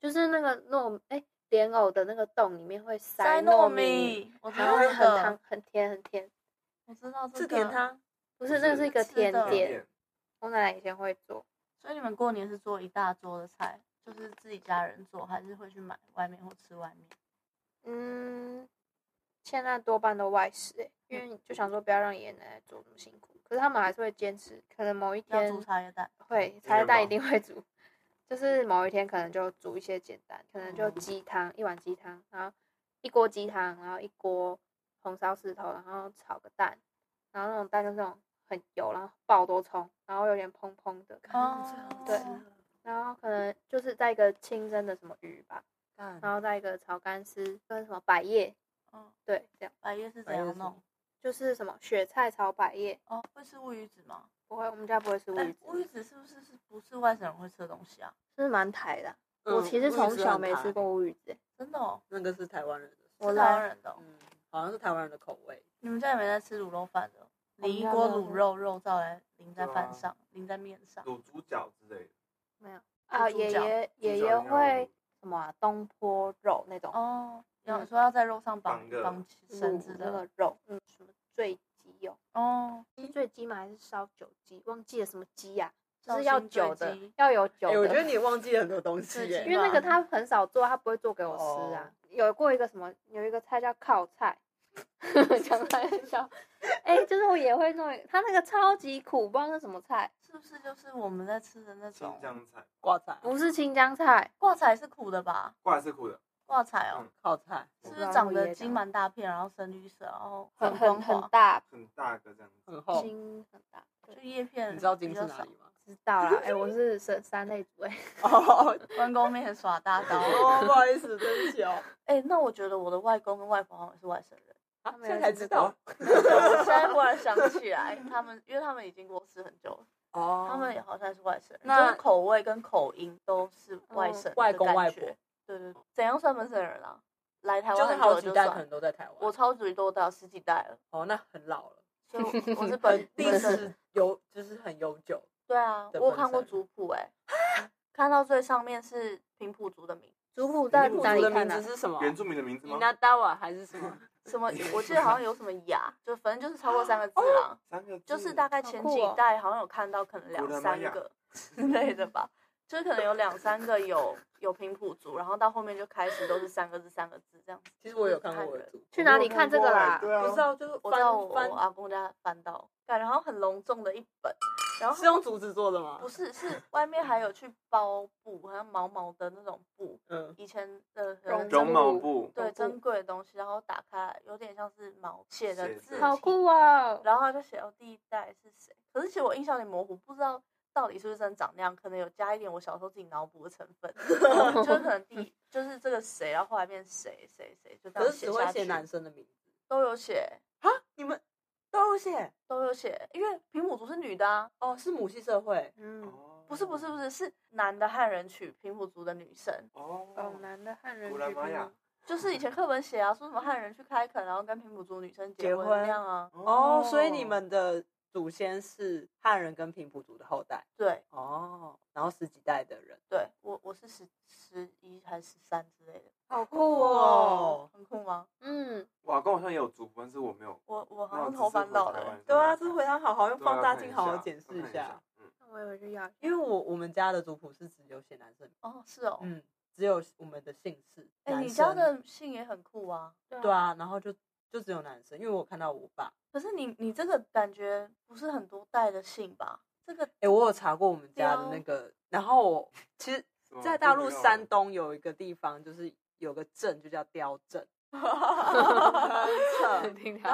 Speaker 5: 就是那个糯哎莲藕的那个洞里面会塞
Speaker 6: 塞
Speaker 5: 糯
Speaker 6: 糯
Speaker 5: 米，
Speaker 6: 米，我知
Speaker 5: 然
Speaker 6: 道
Speaker 5: 后会
Speaker 6: 这
Speaker 5: 很糖
Speaker 6: 个，
Speaker 5: 很甜很甜，
Speaker 6: 我知道这
Speaker 2: 是
Speaker 6: 个。
Speaker 2: 甜汤，嗯
Speaker 4: 不
Speaker 5: 不是那个
Speaker 4: 是
Speaker 5: 是一个
Speaker 6: 吃
Speaker 5: 甜
Speaker 6: 的
Speaker 5: 点，我奶奶以前会做，
Speaker 6: 所以你们过年是做一大桌的菜，就是自己家人做，还是会去买外面或吃外面？
Speaker 5: 嗯，现在多半都外食、欸，因为就想说不要让爷爷奶奶做那么辛苦，可是他们还是会坚持，可能某一
Speaker 6: 要
Speaker 5: 天
Speaker 6: 煮茶叶蛋，
Speaker 5: 会
Speaker 4: 天
Speaker 5: 茶叶蛋
Speaker 4: 吗
Speaker 5: 一定会煮，就是某一天可能就煮一些简单，可能就鸡汤一碗鸡汤，然后一锅鸡汤，然后一锅红烧狮头，然后炒个蛋，然后那种蛋就是那种很油，然后爆多葱，然后有点蓬蓬的，
Speaker 6: 哦
Speaker 5: 对然后可能就是再一个清蒸的什么鱼吧，
Speaker 2: 干
Speaker 5: 然后再一个炒干丝跟什么百叶，
Speaker 6: 嗯，
Speaker 5: 对，这样
Speaker 6: 百叶是怎
Speaker 2: 百叶
Speaker 6: 样
Speaker 2: 是
Speaker 6: 弄？
Speaker 5: 就是什么雪菜炒百叶，
Speaker 6: 哦，会是乌鱼子吗？
Speaker 5: 不会，我们家不会吃乌
Speaker 6: 哎
Speaker 5: 鱼
Speaker 6: 乌鱼
Speaker 5: 子，
Speaker 6: 子是不是是不是外省人会吃的东西啊？
Speaker 5: 是蛮台的啊。
Speaker 2: 嗯
Speaker 5: 我其实从小没
Speaker 2: 乌鱼
Speaker 5: 吃，
Speaker 2: 子很
Speaker 5: 过乌鱼子欸，
Speaker 6: 真的哦，
Speaker 2: 台那个是台湾人的，
Speaker 5: 我
Speaker 6: 是台湾
Speaker 5: 来
Speaker 6: 人的哦、
Speaker 2: 嗯，好像是台湾人的口味，
Speaker 6: 你们家也没在吃卤肉饭的哦？
Speaker 5: 我们
Speaker 6: 淋一
Speaker 5: 家
Speaker 6: 锅
Speaker 5: 没有
Speaker 6: 卤肉，肉燥来淋在
Speaker 4: 对啊
Speaker 6: 饭上，淋在面上。
Speaker 4: 卤猪脚之类的。
Speaker 5: 啊，
Speaker 6: 猪
Speaker 5: 爷
Speaker 6: 脚
Speaker 5: 爷
Speaker 4: 猪
Speaker 5: 爷
Speaker 4: 脚应
Speaker 5: 爷
Speaker 4: 该
Speaker 5: 会
Speaker 4: 有
Speaker 5: 什么啊，东坡肉那种
Speaker 6: 哦，要
Speaker 5: 嗯
Speaker 6: 说要在肉上绑
Speaker 4: 绑个
Speaker 6: 绑起绳
Speaker 5: 卤
Speaker 6: 子
Speaker 5: 那
Speaker 6: 的
Speaker 5: 个肉，嗯，什么醉鸡哦，
Speaker 6: 哦，
Speaker 5: 醉鸡吗？还是烧酒鸡？忘记了什么鸡呀、就
Speaker 6: 绍
Speaker 5: 是要
Speaker 6: 兴
Speaker 5: 酒
Speaker 6: 醉
Speaker 5: 的
Speaker 6: 鸡，
Speaker 5: 要有酒
Speaker 2: 哎，
Speaker 5: 的。
Speaker 2: 我觉得你也忘记了很多东西
Speaker 6: 自己
Speaker 2: 耶
Speaker 5: 因为那个他很少做，他不会做给我吃啊。有过一个什么，有一个菜叫靠菜， 讲来很笑。哎、就是我也会弄一个，他那个超级苦，不知道是什么菜，
Speaker 6: 是不是就是我们在吃的那
Speaker 4: 青
Speaker 6: 种
Speaker 4: 江菜，
Speaker 2: 挂菜、
Speaker 5: 不是青江菜，
Speaker 6: 挂彩是苦的吧？
Speaker 4: 挂来是苦的，
Speaker 6: 挂彩哦，
Speaker 4: 嗯
Speaker 2: 泡菜，
Speaker 6: 是不
Speaker 5: 我不知
Speaker 6: 是
Speaker 5: 道
Speaker 6: 长
Speaker 5: 我
Speaker 6: 得
Speaker 5: 也
Speaker 6: 金
Speaker 5: 长
Speaker 6: 蛮大片，然后深绿色，然后
Speaker 5: 很
Speaker 6: 光
Speaker 5: 很
Speaker 6: 滑
Speaker 5: 很，大，
Speaker 4: 很大个这样子。
Speaker 2: 很厚。
Speaker 5: 筋很大。对
Speaker 6: 就叶片
Speaker 2: 你知道
Speaker 6: 比
Speaker 2: 金
Speaker 6: 较
Speaker 2: 是哪
Speaker 6: 少
Speaker 2: 里。吗？
Speaker 5: 知道啦，哎、我是三三类组哎、
Speaker 2: 哦，
Speaker 6: 关公面前耍大 刀。
Speaker 2: 哦，不好意思，对不起哦。
Speaker 6: 哎、那我觉得我的外公跟外婆好像也是外省人。
Speaker 2: 啊，
Speaker 5: 们
Speaker 2: 现在才知道
Speaker 6: 我现在忽然想起来，他们因为他们已经过世很久了，
Speaker 2: 哦
Speaker 6: 他们也好像是外省人，
Speaker 2: 那嗯
Speaker 6: 就是口味跟口音都是外省、
Speaker 2: 外公外婆，
Speaker 6: 对对，对怎样算本省人啊？来台
Speaker 2: 就
Speaker 6: 湾
Speaker 2: 是
Speaker 6: 很
Speaker 2: 好
Speaker 6: 久
Speaker 2: 几
Speaker 6: 就
Speaker 2: 代可
Speaker 6: 算
Speaker 2: 能，都在台湾。
Speaker 6: 我超级多代有十几代了，
Speaker 2: 哦，那很老了，
Speaker 6: 所以我我 是本
Speaker 2: 历
Speaker 6: 本省人。
Speaker 2: 史悠就是很悠久。
Speaker 6: 对啊，
Speaker 2: 的
Speaker 6: 我有
Speaker 2: 本
Speaker 6: 看过
Speaker 2: 省
Speaker 6: 族谱哎、看到最上面是平埔族的名，
Speaker 5: 族谱在
Speaker 2: 部
Speaker 5: 哪
Speaker 2: 族
Speaker 5: 里
Speaker 2: 的
Speaker 5: 看
Speaker 2: 名
Speaker 5: 的、
Speaker 2: 字是什么？啊
Speaker 4: 原住民的名字
Speaker 2: 伊
Speaker 4: 吗？
Speaker 2: 那达瓦还是什么？
Speaker 6: 什么我记得好像有什么雅，就反正就是超过三个字啦。
Speaker 4: 三个字
Speaker 6: 就是大概前几代好像有看到可能两三
Speaker 4: 古
Speaker 6: 个之类的吧，就是可能有两三个有有平埔族，然后到后面就开始都是三个字三个字这样子。
Speaker 2: 其实我有看过我的族谱，
Speaker 5: 去哪里看这个啦？
Speaker 4: 对啊，
Speaker 2: 不知道就是
Speaker 6: 我在我
Speaker 2: 翻
Speaker 6: 我
Speaker 2: 翻
Speaker 6: 阿公家翻到，感然后很隆重的一本，然后
Speaker 2: 是用竹子做的
Speaker 6: 啊
Speaker 2: 吗
Speaker 6: 不？是是外面还有去包布，好像毛毛的那种布，
Speaker 2: 嗯，
Speaker 6: 以前的
Speaker 5: 绒
Speaker 4: 绒毛布，
Speaker 6: 对
Speaker 2: 布
Speaker 6: 珍贵的东西，然后打开来有点像是毛写的
Speaker 4: 写的
Speaker 6: 字体，
Speaker 5: 好酷哦！
Speaker 6: 然后他就写到第一代是谁。可是其实我印象里模糊，不知道到底是不是真的长那样，可能有加一点我小时候自己脑补的成 分，就是可能第一就是这个谁，然后后来变谁谁谁，就这
Speaker 2: 可
Speaker 6: 样
Speaker 2: 是只
Speaker 6: 写
Speaker 2: 会
Speaker 6: 下
Speaker 2: 写
Speaker 6: 去。
Speaker 2: 男生的名字
Speaker 6: 都有写，
Speaker 2: 哈，你们都有写
Speaker 6: 都有写，因为平埔族是女的啊，
Speaker 2: 哦？是母系社会
Speaker 5: 嗯，
Speaker 4: 哦
Speaker 6: 不是不是不是，是男的汉人娶平埔族的女生，
Speaker 5: 哦，
Speaker 2: 嗯
Speaker 4: 哦，
Speaker 5: 男的汉人
Speaker 4: 古兰
Speaker 5: 举
Speaker 4: 玛
Speaker 5: 兵
Speaker 4: 雅
Speaker 6: 就是以前课本写啊，说什么汉人去开垦，然后跟平埔族女生结
Speaker 2: 结
Speaker 6: 婚
Speaker 2: 婚
Speaker 6: 那样啊，
Speaker 2: 哦，所以你们的祖先是汉人跟平埔族的后代
Speaker 6: 对。
Speaker 2: 哦，然后十几代的人，
Speaker 6: 对我我是十十一还是十三之类的，
Speaker 5: 好酷哦！
Speaker 2: 哦，
Speaker 6: 很酷吗？
Speaker 5: 嗯，
Speaker 4: 我阿公好像也有族谱，但是我没有。
Speaker 6: 我
Speaker 2: 哦
Speaker 6: 我好
Speaker 4: 那我
Speaker 6: 像
Speaker 4: 只
Speaker 6: 头
Speaker 4: 是
Speaker 6: 翻
Speaker 4: 回
Speaker 6: 到
Speaker 4: 台
Speaker 6: 了
Speaker 4: 湾
Speaker 6: 欸，
Speaker 2: 对啊，
Speaker 4: 才
Speaker 2: 这回他好好用
Speaker 4: 对啊
Speaker 2: 放大
Speaker 4: 看一
Speaker 2: 镜好好
Speaker 4: 下
Speaker 2: 检视
Speaker 4: 看
Speaker 2: 一
Speaker 4: 一
Speaker 2: 下，，
Speaker 4: 嗯，
Speaker 5: 那我也去要一下。
Speaker 2: 因为我我们家的族谱是只有写男生，
Speaker 6: 哦是哦，
Speaker 2: 嗯，只有我们的姓氏，
Speaker 6: 哎、
Speaker 2: 男
Speaker 6: 你家
Speaker 2: 生
Speaker 6: 的姓也很酷啊，
Speaker 2: 对啊，然后就就只有男生，因为我看到我爸，
Speaker 6: 可是你你这个感觉不是很多代的姓吧？这个
Speaker 2: 哎、我有查过我们家的那
Speaker 6: 对啊
Speaker 2: 个，然后我其实
Speaker 4: 是吗
Speaker 2: 在大陆山，
Speaker 4: 这
Speaker 2: 东有一个地方，就是有个镇就叫刁镇，然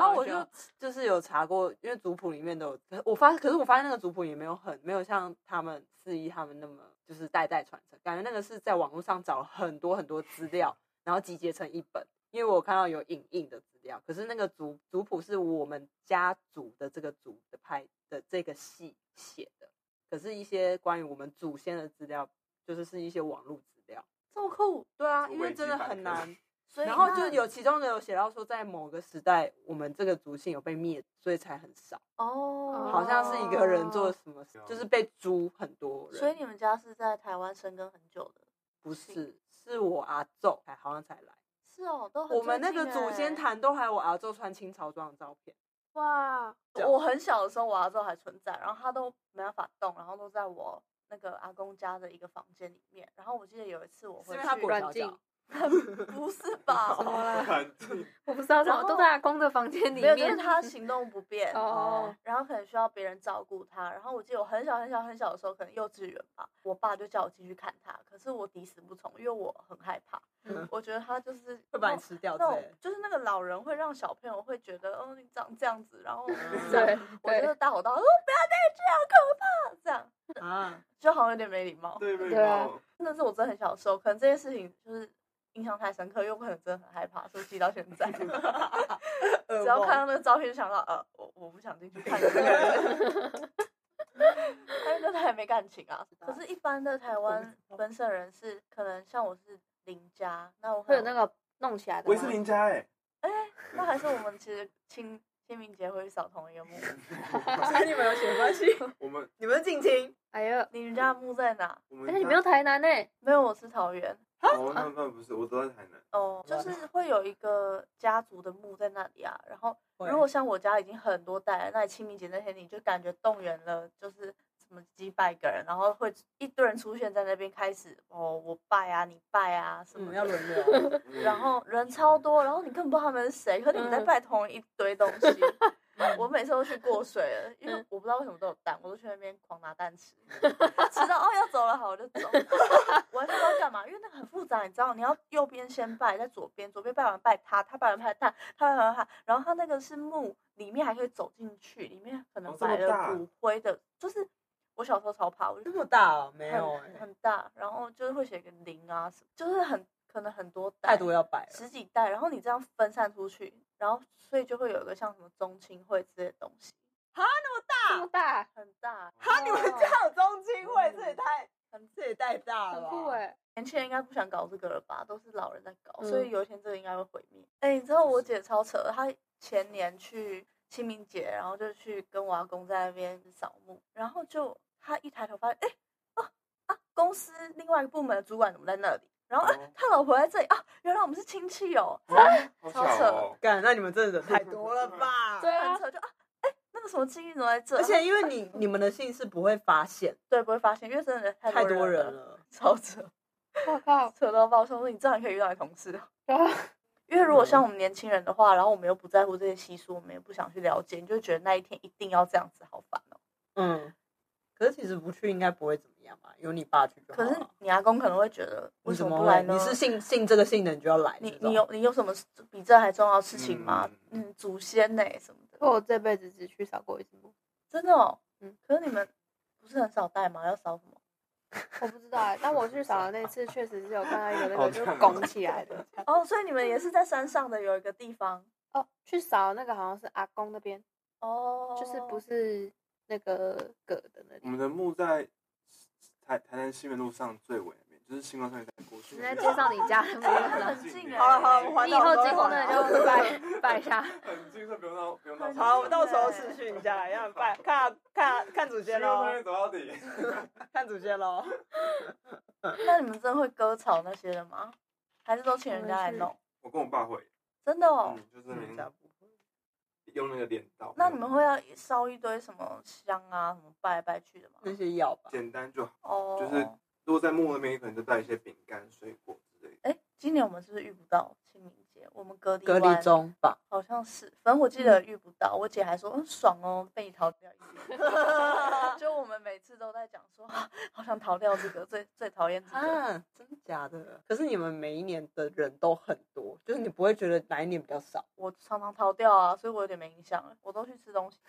Speaker 2: 后我就就是有查过，因为族谱里面都有，可我发可是我发现那个族谱也没有很没有像他们四一他们那么就是代代传承，感觉那个是在网络上找了很多很多资料，然后集结成一本。因为我看到有影印的资料，可是那个族族谱是我们家族的这个族的派的这个系写的，可是一些关于我们祖先的资料，就是是一些网络资料。
Speaker 6: 这么酷，
Speaker 2: 对啊，
Speaker 4: 是
Speaker 2: 因为
Speaker 4: 维基
Speaker 2: 真的
Speaker 4: 百
Speaker 2: 很
Speaker 4: 科
Speaker 2: 难，
Speaker 6: 所以
Speaker 2: 然后
Speaker 6: 那
Speaker 2: 就有其中的有写到说，在某个时代，我们这个族姓有被灭，所以才很少。
Speaker 6: 哦，
Speaker 2: 好像是一个人做什么
Speaker 4: 哦，
Speaker 2: 就是被诛很多人。
Speaker 6: 所以你们家是在台湾生根很久的，
Speaker 2: 不是，是我阿昼才好像才来。
Speaker 6: 是哦，都很
Speaker 2: 我们那
Speaker 6: 最
Speaker 2: 个
Speaker 6: 近
Speaker 2: 祖先
Speaker 6: 欸，
Speaker 2: 坛都还有我阿昼穿清朝装的照片。
Speaker 5: 哇，
Speaker 6: 我很小的时候我阿昼还存在，然后他都没办法动，然后都在我那个阿公家的一个房间里面。然后我记得有一次我
Speaker 2: 是
Speaker 6: 回
Speaker 2: 因
Speaker 6: 去
Speaker 2: 为他裹
Speaker 5: 软
Speaker 2: 小
Speaker 5: 禁
Speaker 2: 脚，
Speaker 6: 不是吧？
Speaker 5: 怎 么
Speaker 4: 样
Speaker 5: 啦？
Speaker 4: 很近
Speaker 5: 我不知道怎
Speaker 6: 然
Speaker 5: 么
Speaker 6: 后
Speaker 5: 都在阿公的房 间里
Speaker 6: 没有，就是
Speaker 5: 面。
Speaker 6: 他行动不便，
Speaker 5: 哦，
Speaker 6: 然后可能需要别人照顾他。然后我记得我很小很小很小的时候，可能幼稚园吧，我爸就叫我进去看他，可是我抵死不从，因为我很害怕。
Speaker 2: 嗯
Speaker 6: 我觉得他就是
Speaker 2: 会把你吃掉之
Speaker 6: 哦那
Speaker 2: 类
Speaker 6: 种
Speaker 2: 的。
Speaker 6: 就是那个老人会让小朋友会觉得，哦，你长这样子，然后
Speaker 2: 嗯
Speaker 5: 对
Speaker 6: 我就是
Speaker 5: 对
Speaker 6: 大吼大吼，哦，不要再这样，可怕，这样
Speaker 2: 啊，
Speaker 6: 就好像有点没礼貌。
Speaker 4: 对
Speaker 5: 对啊
Speaker 4: 哦
Speaker 6: 真的是我真的很小时候，可能这件事情就是印象太深刻，又可能真的很害怕，所以记到现在。只要看到那个照片，就想到呃，我我不想进去看这个人。 但是真的还没感情啊。可是，一般的台湾本省人是可能像我是邻家，那我
Speaker 5: 会
Speaker 6: 可
Speaker 5: 有
Speaker 6: 能
Speaker 5: 那个弄起来的
Speaker 4: 我
Speaker 5: 吗
Speaker 4: 也是邻家哎，
Speaker 6: 那还是我们其实清清明节会扫同一 个墓。
Speaker 2: 所以你们有血缘关系，
Speaker 4: 我们
Speaker 2: 你们是近亲。
Speaker 5: 哎呦，
Speaker 6: 你们家的墓在哪？
Speaker 4: 我
Speaker 5: 而
Speaker 4: 们
Speaker 5: 且你
Speaker 4: 家
Speaker 5: 没有啊台南呢，
Speaker 6: 没有，我是桃园。
Speaker 4: 哦，那那不是，我都在台 南。
Speaker 6: 哦，就是会有一个家族的墓在那里啊。然后，
Speaker 2: 会
Speaker 6: 如果像我家已经很多代了，那你清明节那天你就感觉动员了，就是什么几百个人，然后会一堆人出现在那边开始哦，我拜啊，你拜啊什么
Speaker 2: 嗯
Speaker 6: 的
Speaker 2: 要轮 流，
Speaker 6: 然后人超多，然后你根本不知道他们是谁，可你们在
Speaker 2: 嗯
Speaker 6: 拜同一堆东 西。我每次都去过水了，因
Speaker 2: 嗯
Speaker 6: 为我不知道为什么都有蛋，我都去那边狂拿蛋吃，吃到哦要走了，好我就走。 我还不知道干嘛，因为那个很复杂，你知道，你要右边先拜，在左边，左边拜完拜他，他拜完拜蛋，他拜完他，然后他那个是墓里面还可以走进去，里面可能
Speaker 4: 哦这么
Speaker 6: 摆了
Speaker 4: 大
Speaker 6: 骨灰的，就是我小时候超怕，我就
Speaker 2: 这么大哦，没
Speaker 6: 很
Speaker 2: 有
Speaker 6: 很
Speaker 2: 哎，
Speaker 6: 很大，然后就是会写个零啊什么，就是很可能很多代
Speaker 2: 太多要摆了。
Speaker 6: 十几代，然后你这样分散出去，然后所以就会有一个像什么宗亲会之类的东西，
Speaker 5: 这么大，
Speaker 6: 很大。
Speaker 2: 哈，你们家有宗亲会，
Speaker 6: 嗯
Speaker 2: 这也太，这也太大了
Speaker 5: 很
Speaker 2: 吧。
Speaker 5: 酷哎！
Speaker 6: 年轻人应该不想搞这个了吧？都是老人在搞，
Speaker 5: 嗯
Speaker 6: 所以有一天这个应该会毁灭。哎、你知道我姐超扯的，她前年去清明节，然后就去跟我阿公在那边扫墓，然后就她一抬头发现，哎、哦啊，公司另外一个部门的主管怎么在那里？然后、呃
Speaker 4: 哦
Speaker 6: 他老婆在这里啊，原来我们是亲戚哦，
Speaker 4: 好
Speaker 6: 超
Speaker 4: 巧
Speaker 6: 扯
Speaker 4: 哦，
Speaker 2: 干，那你们真的人太多了吧？
Speaker 5: 对啊
Speaker 6: 很，扯就啊，哎，那个什么亲戚怎么在这？
Speaker 2: 而且因为你你们的姓氏不会发现，
Speaker 6: 对不会发现，因为真的太
Speaker 2: 太多人
Speaker 6: 了，
Speaker 2: 了。
Speaker 6: 超扯
Speaker 5: 我靠，
Speaker 6: 扯到爆！想说你这样也可以遇到你同事，啊
Speaker 5: 然后
Speaker 6: 因为如果像
Speaker 2: 嗯
Speaker 6: 我们年轻人的话，然后我们又不在乎这些习俗，我们也不想去了解，你就觉得那一天一定要这样子，好烦哦。
Speaker 2: 嗯，可是其实不去应该不会怎么样嘛，有你爸去就好
Speaker 6: 可
Speaker 2: 了。
Speaker 6: 是你阿公可能会觉得，为
Speaker 2: 哦你
Speaker 6: 什
Speaker 2: 怎么
Speaker 6: 不
Speaker 2: 会
Speaker 6: 来呢？
Speaker 2: 你是信信这个信的，你就要来。
Speaker 6: 你
Speaker 2: 这种
Speaker 6: 你有你有什么比这还重要的事情吗？
Speaker 4: 嗯
Speaker 6: 嗯，祖先呢、什么的，
Speaker 5: 我这辈子只去扫过一次墓，
Speaker 6: 真的哦。
Speaker 5: 嗯
Speaker 6: 可是你们不是很少带吗？要扫什么？
Speaker 5: 我不知道哎，但我去扫的那次确实是有看到一个那
Speaker 4: 好
Speaker 5: 个就
Speaker 4: 惨哦
Speaker 5: 拱起来的
Speaker 6: 哦，所以你们也是在山上的有一个地方
Speaker 5: 哦，去扫那个好像是阿公那边，
Speaker 6: 哦，
Speaker 5: 就是不是那个葛的那
Speaker 4: 我
Speaker 5: 里，
Speaker 4: 们的墓在台台南西门路上最尾那边，就是星光山再过去。
Speaker 5: 你在介绍你家的墓
Speaker 4: 很
Speaker 5: 了，
Speaker 6: 近
Speaker 4: 耶
Speaker 6: 好了
Speaker 2: 欸好了我们
Speaker 5: 你
Speaker 2: 环岛
Speaker 5: 以后
Speaker 2: 都会
Speaker 5: 经过那
Speaker 2: 环岛
Speaker 5: 里就拜拜一下。
Speaker 4: 很近，所以不用到不用到。
Speaker 2: 好，我们
Speaker 6: 们
Speaker 2: 到
Speaker 6: 到
Speaker 2: 时
Speaker 6: 时
Speaker 2: 候
Speaker 6: 候
Speaker 2: 私
Speaker 6: 私
Speaker 2: 讯
Speaker 4: 讯
Speaker 2: 一
Speaker 4: 一
Speaker 2: 下，
Speaker 4: 下
Speaker 2: 要
Speaker 4: 要
Speaker 2: 拜
Speaker 4: 拜
Speaker 2: 看看看主
Speaker 4: 直
Speaker 2: 角
Speaker 4: 接
Speaker 2: 喽
Speaker 4: 从那，边走到底。
Speaker 2: 看主角喽。
Speaker 6: 那你们真的会割草那些的吗？还是都请人家来弄？
Speaker 4: 我跟我爸会，
Speaker 6: 真的哦。
Speaker 4: 嗯，就是那边用那个镰刀。
Speaker 6: 那你们会啊要烧一堆什么香啊，什么拜来拜去的吗？
Speaker 2: 那些药吧，
Speaker 4: 简单就好。
Speaker 6: 哦，
Speaker 4: 就是如果在墓那边，可能就带一些饼干、水果之类的。
Speaker 6: 哎，今年我们是不是遇不到清明节？我们隔离
Speaker 2: 隔离
Speaker 6: 完
Speaker 2: 中吧。
Speaker 6: 好像是，反正我记得遇不到，我姐还说嗯爽哦，被你逃掉一次。 就我们每次都在讲说，啊好想逃掉这个，最最讨厌这个。
Speaker 2: 啊，真的假的？可是你们每一年的人都很多，就是你不会觉得哪一年比较少。
Speaker 6: 我常常逃掉啊，所以我有点没印象了。我都去吃东西，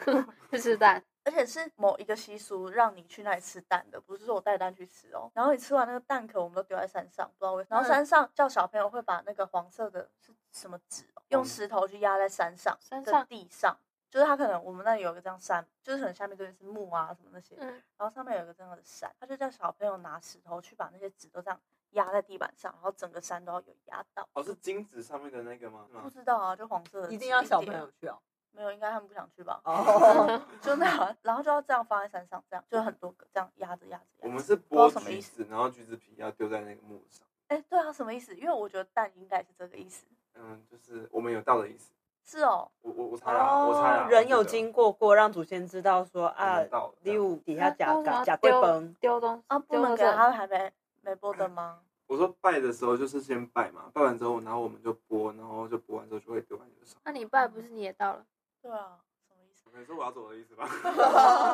Speaker 5: 去吃蛋，
Speaker 6: 而且是某一个习俗让你去那里吃蛋的，不是说我带蛋去吃哦。然后你吃完那个蛋壳，我们都丢在山上，不知道为什
Speaker 2: 嗯
Speaker 6: 么。然后山上叫小朋友会把那个黄色的是什么纸哦，用石头去压在山上
Speaker 5: 山
Speaker 6: 的
Speaker 5: 上
Speaker 6: 地上，就是它可能我们那里有一个这样山，就是可能下面这边是木啊什么那些，
Speaker 5: 嗯
Speaker 6: 然后上面有一个这样的山，他就叫小朋友拿石头去把那些纸都这样压在地板上，然后整个山都要有压到。
Speaker 4: 哦，是金子上面的那个吗？嗯
Speaker 6: 不知道啊，就黄色的纸
Speaker 2: 嗯一
Speaker 6: 一
Speaker 2: 定要小朋
Speaker 6: 叠
Speaker 2: 友 去哦。
Speaker 6: 没有，应该他们不想去吧？
Speaker 2: 哦，
Speaker 6: 就那样，啊然后就要这样放在山上，这样就很多个这样压着压着。压
Speaker 4: 我
Speaker 6: 着
Speaker 4: 们是剥橘子，然后橘子皮要丢在那个墓上。
Speaker 6: 哎，对啊，什么意思？因为我觉得蛋应该是这个意思。
Speaker 4: 嗯，就是我们有到的意思。
Speaker 6: 是哦，
Speaker 4: 我我我猜啦，我嗯猜啦。
Speaker 2: 人有经过过，让祖先知道说啊，
Speaker 4: 到
Speaker 2: 礼物底下
Speaker 5: 那
Speaker 2: 假
Speaker 5: 为什么
Speaker 2: 假
Speaker 5: 要
Speaker 2: 假对
Speaker 5: 丢
Speaker 2: 崩。
Speaker 5: 丢东西
Speaker 6: 啊，不
Speaker 5: 丢
Speaker 6: 能
Speaker 5: 垃
Speaker 6: 给
Speaker 5: 圾
Speaker 6: 他还没没播 的吗？
Speaker 4: 我说拜的时候就是先拜嘛，拜完之后，然后我们就剥，然后就剥完之后就会丢在那个上。
Speaker 5: 那你拜不是你也到了？
Speaker 6: 对啊，什么意 思？
Speaker 4: 你说我要走的意思吧？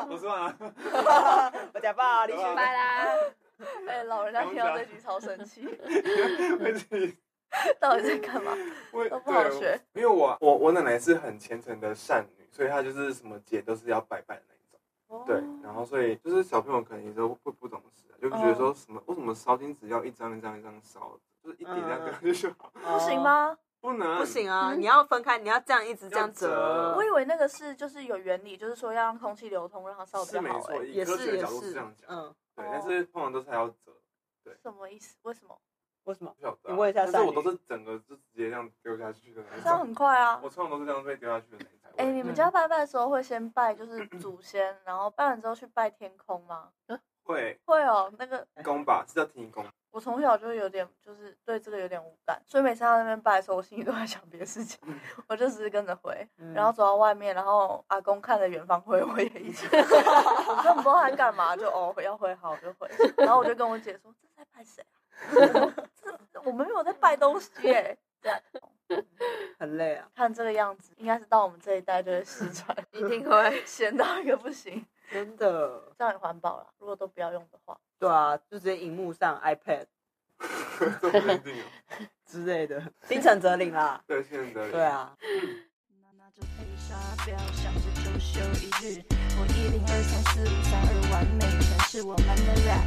Speaker 4: 我说完了。
Speaker 2: 我 假爸，你去
Speaker 4: 拜
Speaker 5: 拜啦！
Speaker 6: 哎，老人家听到这句超生气， 到底在干 嘛？
Speaker 4: 我
Speaker 6: 都不好学。
Speaker 4: 对因为我我我奶奶是很虔诚的善女，所以她就是什么节都是要拜拜的那一种。对，然后所以就是小朋友可能有时候会不懂事、啊，就觉得说什么、为什么烧金纸要一张一张一张烧，就是一叠这样丢 就好，
Speaker 2: 不
Speaker 6: 不行？吗？嗯
Speaker 4: 不能
Speaker 2: 不，行啊，你要分开，你要这样一直这样折
Speaker 4: 要
Speaker 6: 我
Speaker 4: 折。
Speaker 6: 以为那个是就是有原理，就是说要让空气流通，让它烧
Speaker 4: 是
Speaker 6: 得比
Speaker 4: 没
Speaker 6: 较好。
Speaker 4: 错，
Speaker 6: 哎，
Speaker 4: 以
Speaker 2: 也
Speaker 4: 科学
Speaker 2: 是
Speaker 4: 的
Speaker 2: 也
Speaker 4: 角度是
Speaker 2: 是
Speaker 4: 这样，讲，
Speaker 2: 嗯，
Speaker 4: 对
Speaker 6: 哦，
Speaker 4: 但是通常都是还要折，
Speaker 6: 什么意思？为什么？
Speaker 2: 为什么？
Speaker 4: 不晓得啊、
Speaker 2: 你问一下
Speaker 4: 但是我
Speaker 2: 善女
Speaker 4: 都是整个就直接这样丢下去的那一
Speaker 6: 这样
Speaker 4: 种，
Speaker 6: 很快啊。
Speaker 4: 我嗯通常都是这样被丢下去的那一种。
Speaker 6: 哎、你们家拜拜的时候会先拜就是祖先，然后拜完之后去拜天空吗？
Speaker 4: 会
Speaker 6: 会哦，那个
Speaker 4: 公吧，是叫提公，
Speaker 6: 我从小就有点就是对这个有点无感，所以每次他那边拜的时候，我心里都在想别的事情，
Speaker 5: 嗯
Speaker 6: 我就只是跟着回，
Speaker 2: 嗯
Speaker 6: 然后走到外面，然后阿公看着远方挥，我也一起， 我根本不知道他干嘛，就哦要挥好我就挥，然后我就跟我姐说这在拜谁啊？ 这我们没有在拜东西耶、这样
Speaker 2: 很累啊。
Speaker 6: 看这个样子，应该是到我们这一代就会失传，
Speaker 5: 一定 会。
Speaker 6: 闲到一个不行。
Speaker 2: 真的，
Speaker 6: 这样也环保了。如果都不要用的话，
Speaker 2: 对啊，就直接荧幕上 iPad
Speaker 4: 这么认定啊？
Speaker 2: 之 类的，心诚则灵啦。
Speaker 4: 对，现在
Speaker 2: 对，啊，
Speaker 1: 那拿着配沙表，想着周休一日。我一零二三四五三二完美，全是我们的 rap。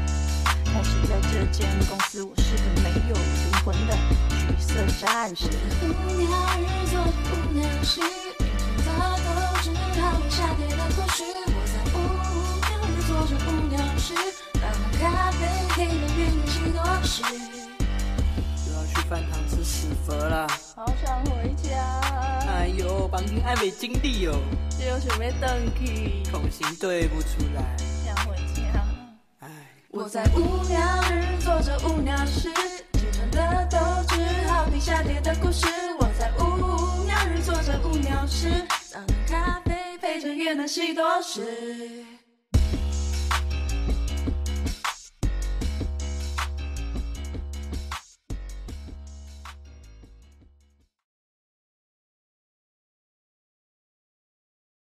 Speaker 1: 但是在这间公司，我是个没有灵魂的橘色战士。
Speaker 7: 无聊日做着无聊事，凌晨的都是好比下跌的故事。我在无聊日做着无聊事，打杯咖啡，黑的运气多事。
Speaker 1: 又要去饭堂吃屎佛啦！好想回家，
Speaker 8: 哎呦，绑定爱美经历哦，
Speaker 1: 只有准备等去，
Speaker 8: 口型对不出来。
Speaker 1: 想回家。
Speaker 8: 哎，
Speaker 7: 我在无聊日做着无聊事，青春的斗志，好比下跌的故事。我在无聊日做着无聊事，早的咖啡配着越南西多士。